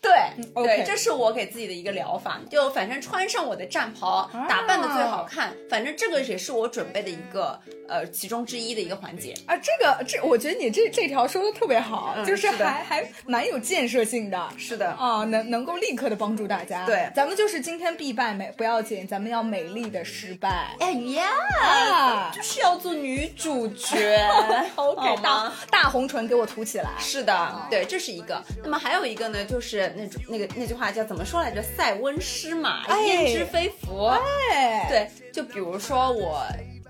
Speaker 3: 对、
Speaker 2: OK
Speaker 3: 对，这是我给自己的一个疗法，就反正穿上我的战袍，打扮的最好看，反正这个也是我准备的一个呃其中之一的一个环节。
Speaker 2: *laughs* 啊，这个这，我觉得你这这条说的特别好，
Speaker 3: 嗯
Speaker 2: 就是
Speaker 3: 是的
Speaker 2: 还还蛮有建设性的。
Speaker 3: 是的
Speaker 2: 啊，能能够立刻的帮助大家。
Speaker 3: 对
Speaker 2: 咱们就是今天必败美不要紧，咱们要美丽的失败
Speaker 3: 哎呀，
Speaker 2: 啊。
Speaker 3: 就是要做女主角
Speaker 2: OK，
Speaker 3: 好
Speaker 2: 大
Speaker 3: 吗
Speaker 2: 大红唇给我涂起来。
Speaker 3: 是的，对，这是一个。那么还有一个呢，就是那种那个那句话叫怎么说来着？塞翁失马，
Speaker 2: 哎
Speaker 3: 焉知非福。
Speaker 2: 对，
Speaker 3: 对，就比如说我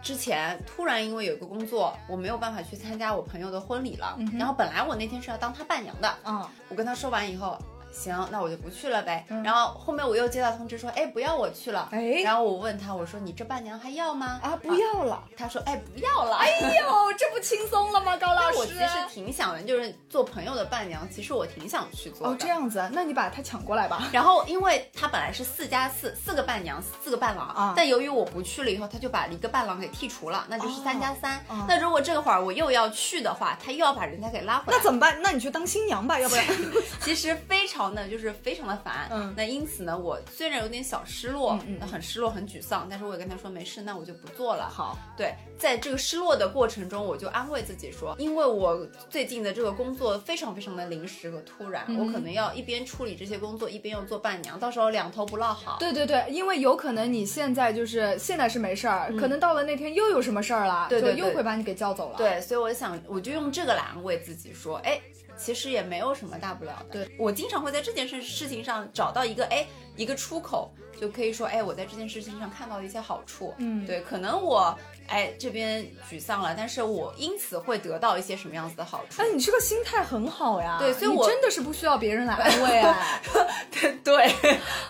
Speaker 3: 之前突然因为有一个工作，我没有办法去参加我朋友的婚礼
Speaker 2: 嗯
Speaker 3: 了。然后本来我那天是要当他伴娘的，
Speaker 2: 啊，
Speaker 3: 我跟他说完以后。行，那我就不去了呗。然后后面我又接到通知说，哎，不要我去了。
Speaker 2: 嗯哎
Speaker 3: 然后我问他，我说你这伴娘还要吗？
Speaker 2: 啊，不要了。
Speaker 3: 他说，哎，不要了。 *laughs*
Speaker 2: 哎啊呦，这不轻松了吗，高老
Speaker 3: 但
Speaker 2: 师？
Speaker 3: 我其实挺想的，就是做朋友的伴娘，其实我挺想去做的。
Speaker 2: 哦，这。样子啊，那你把它抢过来吧。 *laughs*
Speaker 3: 然后，因为他本来是四加四，四个伴娘，四个伴郎，
Speaker 2: 啊
Speaker 3: 但由于我不去了以后，他就把一个伴郎给剔除了，那就是三加三
Speaker 2: 哦。
Speaker 3: 那如果这会儿我又要去的话，他又要把人家给拉回来。
Speaker 2: 那怎么办？那你去当新娘吧，要不然
Speaker 3: 其实非吵呢，就是非常的烦。
Speaker 2: 嗯
Speaker 3: 那因此呢，我虽然有点小失落
Speaker 2: 嗯嗯，嗯
Speaker 3: 很失落，很沮丧，但是我也跟他说没事，那我就不做了。
Speaker 2: *laughs* 好，
Speaker 3: 对，在这个失落的过程中，我就安慰自己说，因为我最近的这个工作非常非常的临时和突然，
Speaker 2: 嗯
Speaker 3: 我可能要一边处理这些工作，一边又做伴娘，到时候两头不落好。
Speaker 2: 对对对，因为有可能你现在就是现在是没事儿，
Speaker 3: 嗯
Speaker 2: 可能到了那天又有什么事儿了，
Speaker 3: 对对
Speaker 2: 就又
Speaker 3: 对
Speaker 2: 会把你给叫走了。，
Speaker 3: 对，所以我想，我就用这个来安慰自己说，哎，其实也没有什么大不了的。对我经常会在这件事事情上找到一个哎一个出口，就可以说，哎，我在这件事情上看到了一些好处。
Speaker 2: 嗯，
Speaker 3: 对，可能我哎这边沮丧了，但是我因此会得到一些什么样子的好处
Speaker 2: 哎，？你这个心态很好呀，
Speaker 3: 对所以
Speaker 2: 你
Speaker 3: 我
Speaker 2: 真的是不需要别人来安慰、哎，
Speaker 3: 对 *laughs* 对，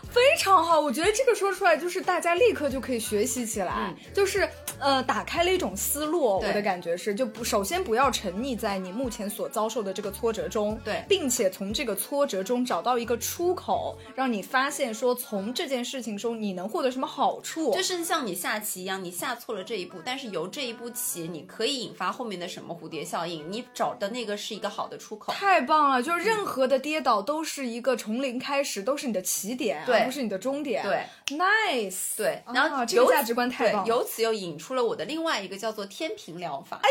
Speaker 2: 非常好。我觉得这个说出来，就是大家立刻就可以学习起来，就是呃，打开了一种思路。我
Speaker 3: 嗯对
Speaker 2: 的感觉是，就不首先不要沉溺在你目前所遭受的这个挫折中，
Speaker 3: 对
Speaker 2: 并且从这个挫折中找到一个出口，让你发现说从这件事情中你能获得什么好处。
Speaker 3: 就是像你下棋一样，你下错了这一步，但是由这一步起，你可以引发后面的什么蝴蝶效应？你找的那个是一个好的出口。
Speaker 2: 太棒了！就是任何的跌倒都是一个从零开始，都是你的起点，
Speaker 3: 对
Speaker 2: 而不是你的终点。
Speaker 3: 对
Speaker 2: ，nice。
Speaker 3: 对，
Speaker 2: 啊
Speaker 3: 然后由此、
Speaker 2: 这个价值观太
Speaker 3: 对
Speaker 2: 棒了
Speaker 3: 由此又引出了我的另外一个叫做天平疗法。
Speaker 2: *laughs* 哎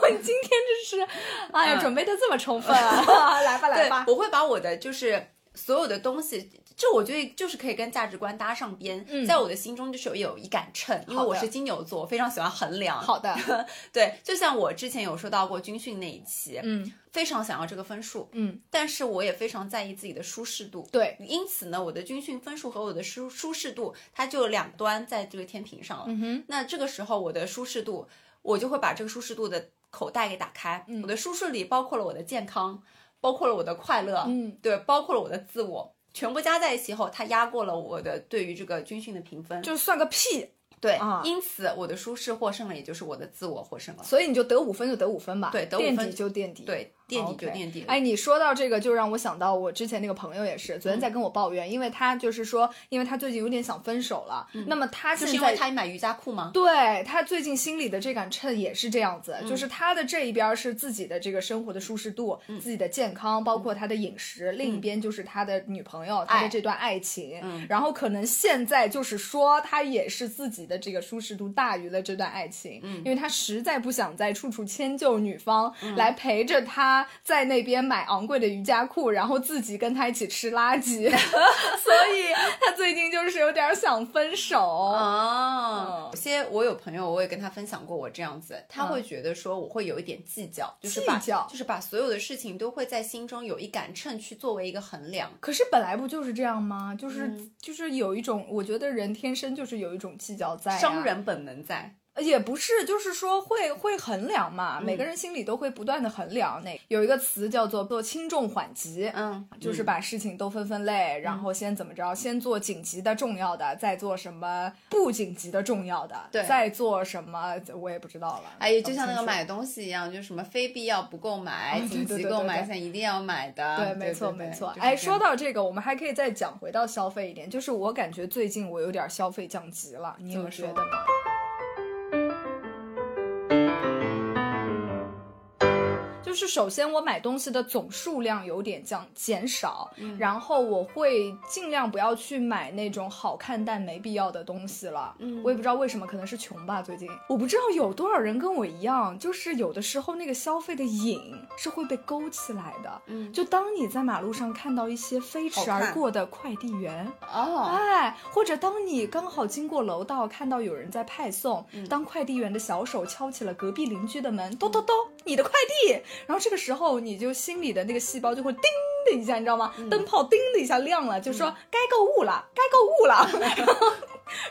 Speaker 2: 我今天真是，哎呀，
Speaker 3: 嗯
Speaker 2: 准备的这么充分
Speaker 3: *laughs*
Speaker 2: 啊！来吧，来吧。
Speaker 3: 对，我会把我的就是所有的东西，这我觉得就是可以跟价值观搭上边，
Speaker 2: 嗯
Speaker 3: 在我的心中就是有一杆秤，因为
Speaker 2: 好的
Speaker 3: 我是金牛座，我非常喜欢衡量。
Speaker 2: 好的，
Speaker 3: 对，就像我之前有说到过军训那一期，
Speaker 2: 嗯
Speaker 3: 非常想要这个分数，
Speaker 2: 嗯，
Speaker 3: 但是我也非常在意自己的舒适度。
Speaker 2: 对，
Speaker 3: 因此呢，我的军训分数和我的舒舒适度，它就两端在这个天平上了。
Speaker 2: 嗯哼，
Speaker 3: 那这个时候我的舒适度，我就会把这个舒适度的口袋给打开。
Speaker 2: 嗯
Speaker 3: 我的舒适里包括了我的健康，包括了我的快乐，
Speaker 2: 嗯，
Speaker 3: 对，包括了我的自我，全部加在一起后，它压过了我的对于这个军训的评分。
Speaker 2: 就算个屁，
Speaker 3: 对，
Speaker 2: 啊
Speaker 3: 因此我的舒适获胜了，也就是我的自我获胜了。
Speaker 2: 所以你就得五分就得五分吧，
Speaker 3: 对得五
Speaker 2: 垫
Speaker 3: 分
Speaker 2: 底就垫底，
Speaker 3: 对，垫底就
Speaker 2: OK
Speaker 3: 垫底了。
Speaker 2: 哎，你说到这个，就让我想到我之前那个朋友也是，
Speaker 3: 嗯
Speaker 2: 昨天在跟我抱怨，因为他就是说，因为他最近有点想分手了，那么他
Speaker 3: 嗯就
Speaker 2: 现
Speaker 3: 是因
Speaker 2: 在
Speaker 3: 为他买瑜伽裤吗？
Speaker 2: 对他最近心里的这杆秤也是这样子，就是他的这一边是自己的这个生活的舒适度、自己的健康，包括他的饮食；另一边就是他的女朋友、他的
Speaker 3: 爱
Speaker 2: 这段嗯爱情。
Speaker 3: 嗯
Speaker 2: 然后可能现在就是说，他也是自己的这个舒适度大于了这段爱情，因为他实在不想再处处迁就女方，来陪着他在那边买昂贵的瑜伽裤，然后自己跟他一起吃垃 *laughs* 圾，所以他最近就是有点想分手。嗯，
Speaker 3: 哦有些我有朋友，我也跟他分享过我这样子，他
Speaker 2: 嗯
Speaker 3: 会觉得说我会有一点计较，就是把
Speaker 2: 计较
Speaker 3: 就是把所有的事情都会在心中有一杆秤去作为一个衡量。
Speaker 2: 可是本来不就是这样吗？就是、
Speaker 3: 嗯
Speaker 2: 就是有一种，我觉得人天生就是有一种计较在、啊呃
Speaker 3: 商，人本能在，
Speaker 2: 也不是，就是说会会衡量嘛，
Speaker 3: 嗯
Speaker 2: 每个人心里都会不断的衡量。那有一个词叫做做轻重缓急。
Speaker 3: 嗯，
Speaker 2: 就是把事情都分分类，然后先怎么着，先做紧急的重要的，再做什么不紧急的重要的，
Speaker 3: 对
Speaker 2: 再做什么我也不知道了。
Speaker 3: 哎呀，就像那
Speaker 2: 搞
Speaker 3: 个
Speaker 2: 不清楚
Speaker 3: 买东西一样，就是什么非必要不购买，
Speaker 2: 对
Speaker 3: 紧
Speaker 2: 对
Speaker 3: 急
Speaker 2: 对
Speaker 3: 购
Speaker 2: 对
Speaker 3: 买
Speaker 2: 对
Speaker 3: 现在一定要买的。
Speaker 2: 啊对，没错
Speaker 3: 对
Speaker 2: 没错。
Speaker 3: 就是
Speaker 2: 哎，
Speaker 3: 这
Speaker 2: 说
Speaker 3: 样
Speaker 2: 到这个，我们还可以再讲回到消费一点，就是我感觉最近我有点消费降级了，你
Speaker 3: 怎
Speaker 2: 有
Speaker 3: 么
Speaker 2: 觉
Speaker 3: 说
Speaker 2: 得吗？就是首先，我买东西的总数量有点降减少，然后我会尽量不要去买那种好看但没必要的东西了。
Speaker 3: 嗯
Speaker 2: 我也不知道为什么，可能是穷吧。最近我不知道有多少人跟我一样，就是有的时候那个消费的瘾是会被勾起来的。
Speaker 3: 嗯
Speaker 2: 就当你在马路上看到一些飞驰
Speaker 3: 好
Speaker 2: 而
Speaker 3: 看
Speaker 2: 过的快递员，
Speaker 3: 哦，
Speaker 2: 哎，或者当你刚好经过楼道，看到有人在派送，当快递员的小手敲起了隔壁邻居的门，咚咚咚，你的快递。然后这个时候，你就心里的那个细胞就会叮的一下，你知道吗？灯泡叮的一下亮了，就说该购物了，该购物了。 *laughs* 然后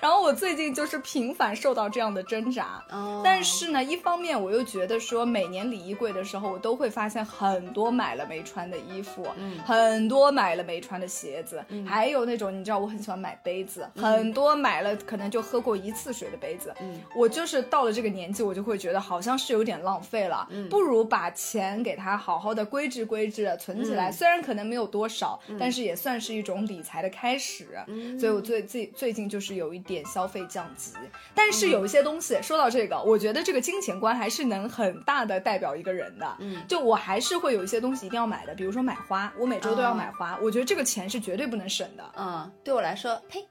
Speaker 2: 然后我最近就是频繁受到这样的挣扎，
Speaker 3: 哦
Speaker 2: 但是呢，一方面我又觉得说，每年理衣柜的时候，我都会发现很多买了没穿的衣服，
Speaker 3: 嗯
Speaker 2: 很多买了没穿的鞋子，还有那种你知道我很喜欢买杯子，很多买了可能就喝过一次水的杯子。
Speaker 3: 嗯
Speaker 2: 我就是到了这个年纪，我就会觉得好像是有点浪费了，
Speaker 3: 嗯
Speaker 2: 不如把钱给它好好的规制规制，存起来。
Speaker 3: 嗯
Speaker 2: 虽然
Speaker 3: 嗯
Speaker 2: 可能没有多少，但是也算是一种理财的开始。所以我最最最近就是有有一点消费降级。但
Speaker 3: 嗯
Speaker 2: 是有一些东西，说到这个，我觉得这个金钱观还是能很大的代表一个人的。
Speaker 3: 嗯，
Speaker 2: 就我还是会有一些东西一定要买的，比如说买花，我每周
Speaker 3: 哦
Speaker 2: 都要买花，我觉得这个钱是绝对不能省的。
Speaker 3: 嗯，对我来说，呸，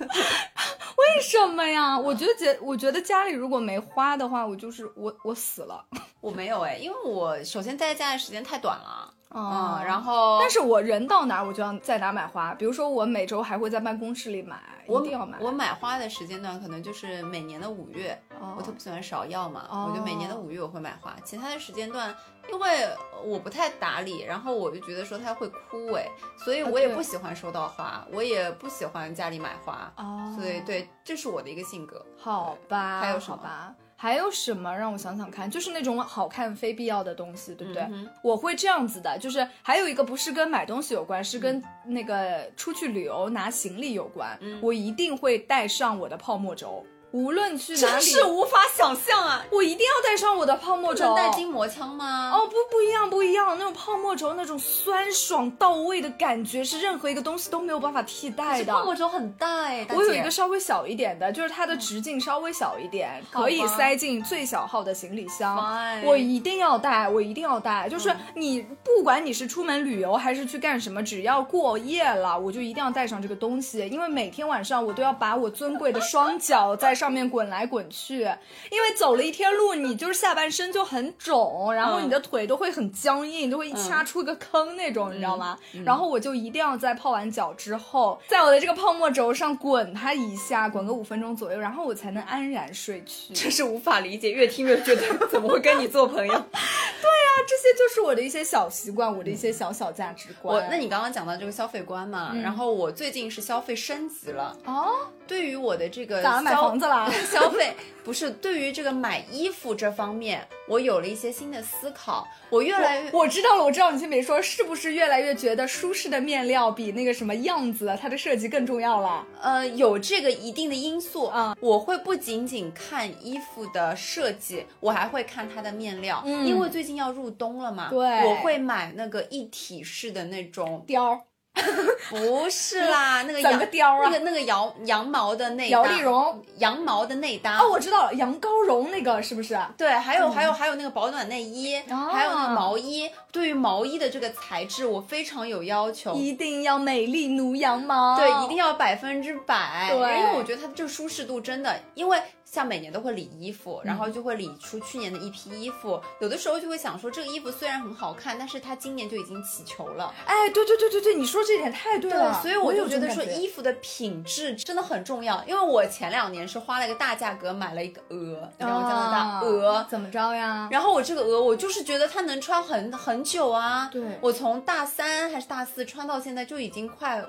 Speaker 2: 为什么呀？我觉得姐，我觉得家里如果没花的话，我就是我我死了。
Speaker 3: 我没有哎，因为我首先在家的时间太短了，
Speaker 2: 哦
Speaker 3: 嗯，然后
Speaker 2: 但是我人到哪儿我就要在哪儿买花，比如说我每周还会在办公室里买，
Speaker 3: 我
Speaker 2: 一定要买。
Speaker 3: 我买花的时间段可能就是每年的五月，
Speaker 2: 哦
Speaker 3: 我特别喜欢芍药嘛，
Speaker 2: 哦
Speaker 3: 我就每年的五月我会买花，其他的时间段因为我不太打理，然后我就觉得说它会枯萎，所以
Speaker 2: 啊
Speaker 3: 我也
Speaker 2: 对
Speaker 3: 不喜欢收到花，我也不喜欢家里买花，
Speaker 2: 哦，
Speaker 3: 所以，对，这是我的一个性格。
Speaker 2: 好吧，
Speaker 3: 还有什么
Speaker 2: 好吧？还有什么让我想想看，就是那种好看非必要的东西，对不对？
Speaker 3: 嗯哼
Speaker 2: 我会这样子的，就是还有一个不是跟买东西有关，是跟那个出去旅游拿行李有关。
Speaker 3: 嗯
Speaker 2: 我一定会带上我的泡沫轴，无论去哪
Speaker 3: 真
Speaker 2: 里，
Speaker 3: 是无法想象啊！
Speaker 2: 我一定要带上我的泡沫
Speaker 3: 不
Speaker 2: 轴
Speaker 3: 能。带筋膜枪吗？
Speaker 2: 哦，不不一样，不一样，那种泡沫轴那种酸爽到位的感觉是任何一个东西都没有办法替代
Speaker 3: 这
Speaker 2: 的。
Speaker 3: 泡沫轴很大哎，大
Speaker 2: 我有
Speaker 3: 姐
Speaker 2: 一个稍微小一点的，就是它的直径稍微小一点，
Speaker 3: 嗯好吧
Speaker 2: 可以塞进最小号的行李箱。
Speaker 3: Fine 嗯
Speaker 2: 我一定要带，我一定要带。就是你不管你是出门旅游还是去干什么，只要过夜了，我就一定要带上这个东西，因为每天晚上我都要把我尊贵的双脚在上面滚来滚去，因为走了一天路，你就是下半身就很肿，然后
Speaker 3: 嗯
Speaker 2: 你的腿都会很僵硬，都会一掐出一个坑那种，你知道吗？然后我就一定要在泡完脚之后，在我的这个泡沫轴上滚它一下，滚个五分钟左右，然后我才能安然睡 *laughs* 去。
Speaker 3: 真是无法理解，越听越觉 *laughs* 得怎么会跟你做朋 *laughs* 友？
Speaker 2: 那这些就是我的一些小习惯，我的一些小小价值观。
Speaker 3: 我那你刚刚讲到这个消费观嘛，然后我最近是消费升级了，
Speaker 2: 哦，
Speaker 3: 对于我的这个
Speaker 2: 咋了买
Speaker 3: 消
Speaker 2: 房子啦
Speaker 3: *laughs* 消费不是对于这个买衣服这方面，我有了一些新的思考，我越来越
Speaker 2: *laughs* 我我知道了，我知道你先别说，是不是越来越觉得舒适的面料比那个什么样子它的设计更重要了？
Speaker 3: 呃有这个一定的因素
Speaker 2: 啊，
Speaker 3: 我会不仅仅看衣服的设计，我还会看它的面料，
Speaker 2: 嗯
Speaker 3: 因为最近要入冬了嘛，
Speaker 2: 对
Speaker 3: 我会买那个一体式的那种，
Speaker 2: 貂儿，
Speaker 3: 不
Speaker 2: *laughs*
Speaker 3: 是啦，那个
Speaker 2: 怎
Speaker 3: 羊
Speaker 2: 么貂儿啊
Speaker 3: 那个那个羊羊毛的内
Speaker 2: 摇
Speaker 3: 搭
Speaker 2: 粒绒。
Speaker 3: 羊毛的内搭
Speaker 2: 哦，嗯我知道了，羊羔绒那个是不是？啊
Speaker 3: 对，还有、还有还有那个保暖内衣，
Speaker 2: 哦
Speaker 3: 还有那个毛衣。对于毛衣的这个材质，我非常有要求。
Speaker 2: 一定要美丽奴羊毛，
Speaker 3: 对，一定要百分之百。
Speaker 2: 对
Speaker 3: 因为我觉得它的这个舒适度真的，因为像每年都会理衣服，然后
Speaker 2: 嗯
Speaker 3: 就会理出去年的一批衣服。有的时候就会想说，这个衣服虽然很好看，但是它今年就已经起球了。
Speaker 2: 哎，对对对对对，你说这点太对了，
Speaker 3: 所以我就
Speaker 2: 有
Speaker 3: 觉
Speaker 2: 这种
Speaker 3: 得说
Speaker 2: 感
Speaker 3: 衣服的品质真的很重要。因为我前两年是花了一个大价格买了一个鹅，然后加拿大
Speaker 2: 啊
Speaker 3: 鹅，
Speaker 2: 怎么着呀？
Speaker 3: 然后我这个鹅，我就是觉得它能穿很很久啊。
Speaker 2: 对
Speaker 3: 我从大三还是大四穿到现在，就已经快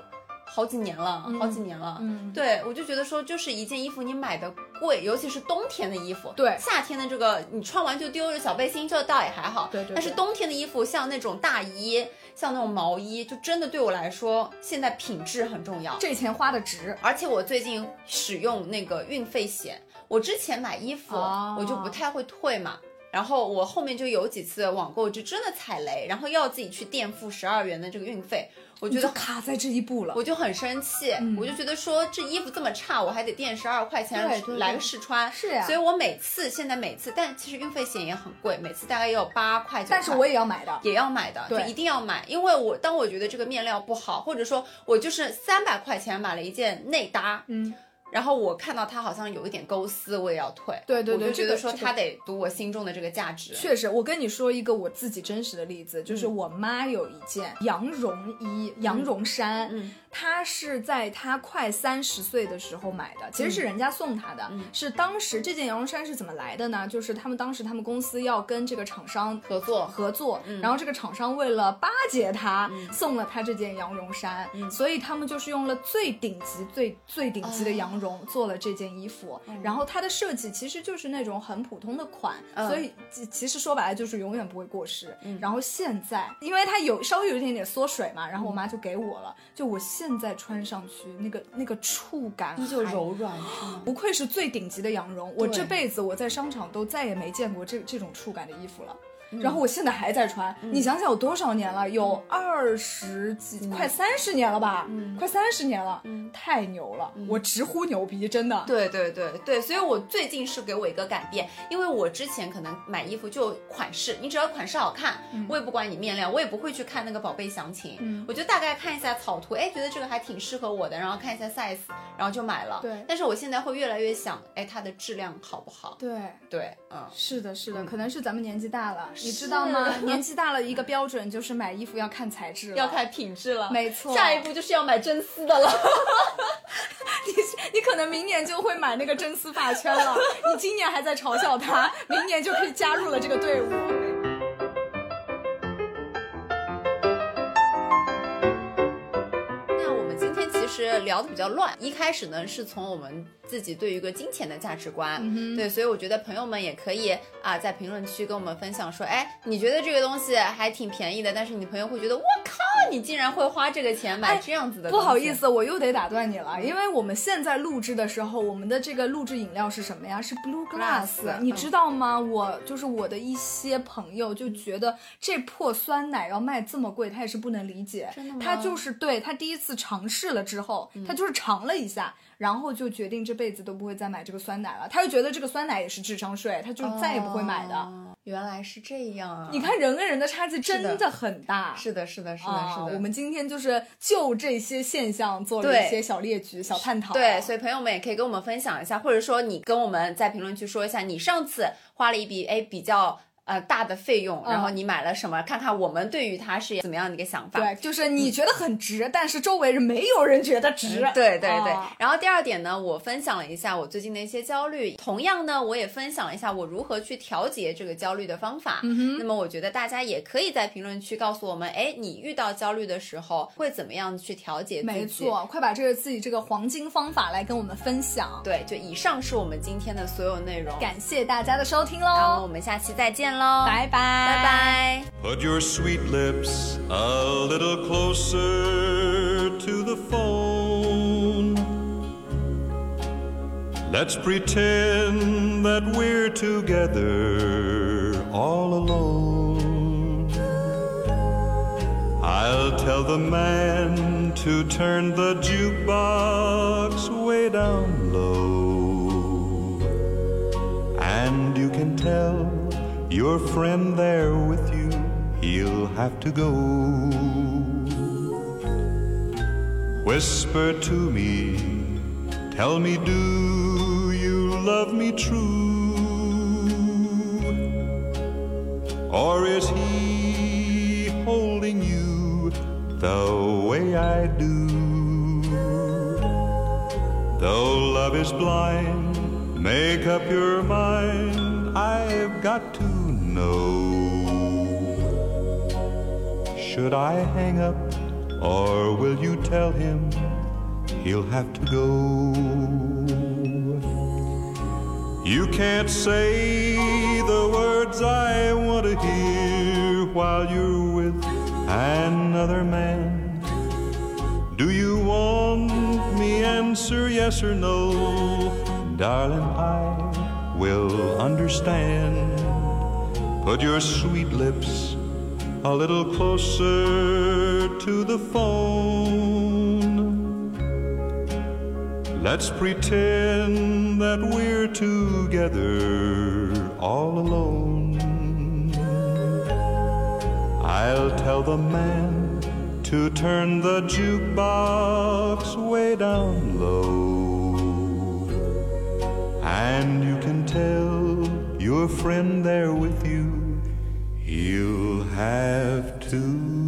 Speaker 3: 好几年了，好几年了。
Speaker 2: 嗯，
Speaker 3: 对，我就觉得说，就是一件衣服你买的贵，尤其是冬天的衣服。
Speaker 2: 对
Speaker 3: 夏天的这个你穿完就丢，小背心这倒也还好。
Speaker 2: 对对对
Speaker 3: 但是冬天的衣服，像那种大衣，像那种毛衣，就真的对我来说，现在品质很重要。
Speaker 2: 这钱花的值，
Speaker 3: 而且我最近使用那个运费险，我之前买衣服、
Speaker 2: 哦
Speaker 3: 我就不太会退嘛，然后我后面就有几次网购就真的踩雷，然后又要自己去垫付十二元的这个运费，我觉
Speaker 2: 你就
Speaker 3: 得。
Speaker 2: 卡在这一步了。
Speaker 3: 我就很生气、
Speaker 2: 嗯
Speaker 3: 我就觉得说这衣服这么差，我还得垫十二块钱
Speaker 2: 对对对
Speaker 3: 来个试穿。
Speaker 2: 是呀
Speaker 3: 所以我每次现在每次，但其实运费险也很贵，每次大概也有八块九块。
Speaker 2: 但是我也要买的，
Speaker 3: 也要买的，就
Speaker 2: 对
Speaker 3: 一定要买，因为我当我觉得这个面料不好，或者说我就是三百块钱买了一件内搭，
Speaker 2: 嗯，
Speaker 3: 然后我看到它好像有一点勾丝，我也要退，
Speaker 2: 对对对
Speaker 3: 我就觉
Speaker 2: 这
Speaker 3: 得
Speaker 2: 个
Speaker 3: 说
Speaker 2: 这个
Speaker 3: 它得读我心中的这个价值，嗯
Speaker 2: 确实，我跟你说一个我自己真实的例子，就是我妈有一件羊绒衣、羊绒衫，
Speaker 3: 嗯
Speaker 2: 她是在她快三十岁的时候买的，其实是人家送她的，
Speaker 3: 嗯
Speaker 2: 是当时这件羊绒衫是怎么来的呢？就是他们当时他们公司要跟这个厂商
Speaker 3: 合作
Speaker 2: 合作，
Speaker 3: 嗯
Speaker 2: 然后这个厂商为了巴结她，
Speaker 3: 嗯
Speaker 2: 送了她这件羊绒衫，
Speaker 3: 嗯
Speaker 2: 所以他们就是用了最顶级、最最顶级的
Speaker 3: 哦
Speaker 2: 羊绒做了这件衣服，然后它的设计其实就是那种很普通的款，
Speaker 3: 嗯
Speaker 2: 所以其其实说白了就是永远不会过时。
Speaker 3: 嗯
Speaker 2: 然后现在，因为它有稍微有一点点缩水嘛，然后我妈就给我了，就我现在穿上去那个那个触感
Speaker 3: 依旧
Speaker 2: 还
Speaker 3: 柔软是吗？
Speaker 2: 不愧是最顶级的羊绒，我
Speaker 3: 对
Speaker 2: 这辈子我在商场都再也没见过这这种触感的衣服了。
Speaker 3: 嗯
Speaker 2: 然后我现在还在穿。你想想有多少年了？有二十
Speaker 3: 嗯
Speaker 2: 几，快三十年了吧？快三十年了，太牛了！我直呼牛逼，真的。
Speaker 3: 嗯对对对对，所以我最近是给我一个改变，因为我之前可能买衣服就款式，你只要款式好看，我也不管你面料，我也不会去看那个宝贝详情，
Speaker 2: 嗯
Speaker 3: 我就大概看一下草图，哎，觉得这个还挺适合我的，然后看一下 size，然后就买了。
Speaker 2: 对
Speaker 3: 但是我现在会越来越想，哎，它的质量好不好？
Speaker 2: 对，
Speaker 3: 对，嗯，
Speaker 2: 是的，是的，
Speaker 3: 嗯啊
Speaker 2: 可能是咱们年纪大了，你知道吗？年纪大了，一个标准就是买衣服要看材质了，
Speaker 3: 要看品质了。
Speaker 2: 没错。
Speaker 3: 下一，步就是要买真
Speaker 2: *laughs*
Speaker 3: 丝的了。
Speaker 2: 你可能明年就会买那个真丝发圈了。你今年还在嘲笑它，明年就可以加入了这个队伍。
Speaker 3: 那我们今天其实聊的比较乱，一开始呢是从我们自己对于一个金钱的价值观，
Speaker 2: 嗯哼
Speaker 3: 对，所以我觉得朋友们也可以啊在评论区跟我们分享说，哎，你觉得这个东西还挺便宜的，但是你朋友会觉得我靠，你竟然会花这个钱买
Speaker 2: 哎
Speaker 3: 这样子的、
Speaker 2: 不好意，思，我又得打断你了，因为我们现在录制的时候，我们的这个录制饮料是什么呀？是 Blue
Speaker 3: Glass，
Speaker 2: Glass。你
Speaker 3: 嗯
Speaker 2: 知道吗？我就是我的一些朋友就觉得这破酸奶要卖这么贵，他也是不能理解。
Speaker 3: 真的吗嗯
Speaker 2: 他就是对他第一次尝试了之后，他就是尝了一下。然后就决定这辈子都不会再买这个酸奶了，他就觉得这个酸奶也是智商税，他就再也不会买的。
Speaker 3: 哦原来是这样啊！
Speaker 2: 你，看人跟人的差距真
Speaker 3: 的
Speaker 2: 的很大，
Speaker 3: 是的，是的，是的，
Speaker 2: 啊，
Speaker 3: 是的，
Speaker 2: 我们今天就是就这些现象做了一
Speaker 3: 对
Speaker 2: 些小列举、小探讨。
Speaker 3: 对，所以朋友们也可以跟我们分享一下，或者说你跟我们在评论区说一下，你上次花了一笔哎比较呃大的费用，然后你买了什么，看看我们对于它是怎么样的一个想法。
Speaker 2: 嗯对，就是你觉得很值，但是周围人没有人觉得值。
Speaker 3: 嗯 *laughs* 对对对
Speaker 2: 啊，
Speaker 3: 然后第二点呢，我分享了一下我最近的一些焦虑，同样呢，我也分享了一下我如何去调节这个焦虑的方法。
Speaker 2: 嗯
Speaker 3: 那么我觉得大家也可以在评论区告诉我们，哎，你遇到焦虑的时候会怎么样去调节自己？
Speaker 2: 没错，快把这个自己这个黄金方法来跟我们分享。
Speaker 3: 对，就以上是我们今天的所有内容。
Speaker 2: 感谢大家的收听
Speaker 3: 那么我
Speaker 2: 喽，
Speaker 3: 们下期再见喽，
Speaker 2: 拜拜，
Speaker 3: 拜
Speaker 2: 拜。
Speaker 3: 拜。
Speaker 5: Put your sweet lips a little closer to the phone. Let's pretend that we're together all alone. I'll tell the man to turn the jukebox way down low. And you can tell your friend there with you, he'll have to go. Whisper to me, tell me, do you love me true? Or is he holding you the way I do? Though love is blind, make up your mind. I've got to know. Should I hang up, or will you tell him he'll have to go? You can't say the words I want to hear while you're with another man. Do you want me answer yes or no? Darling, I will understand. Put your sweet lips a little closer to the phone. Let's pretend that we're together all alone. I'll tell the man to turn the jukebox way down low. And you can tell your friend there with you, he'll have to.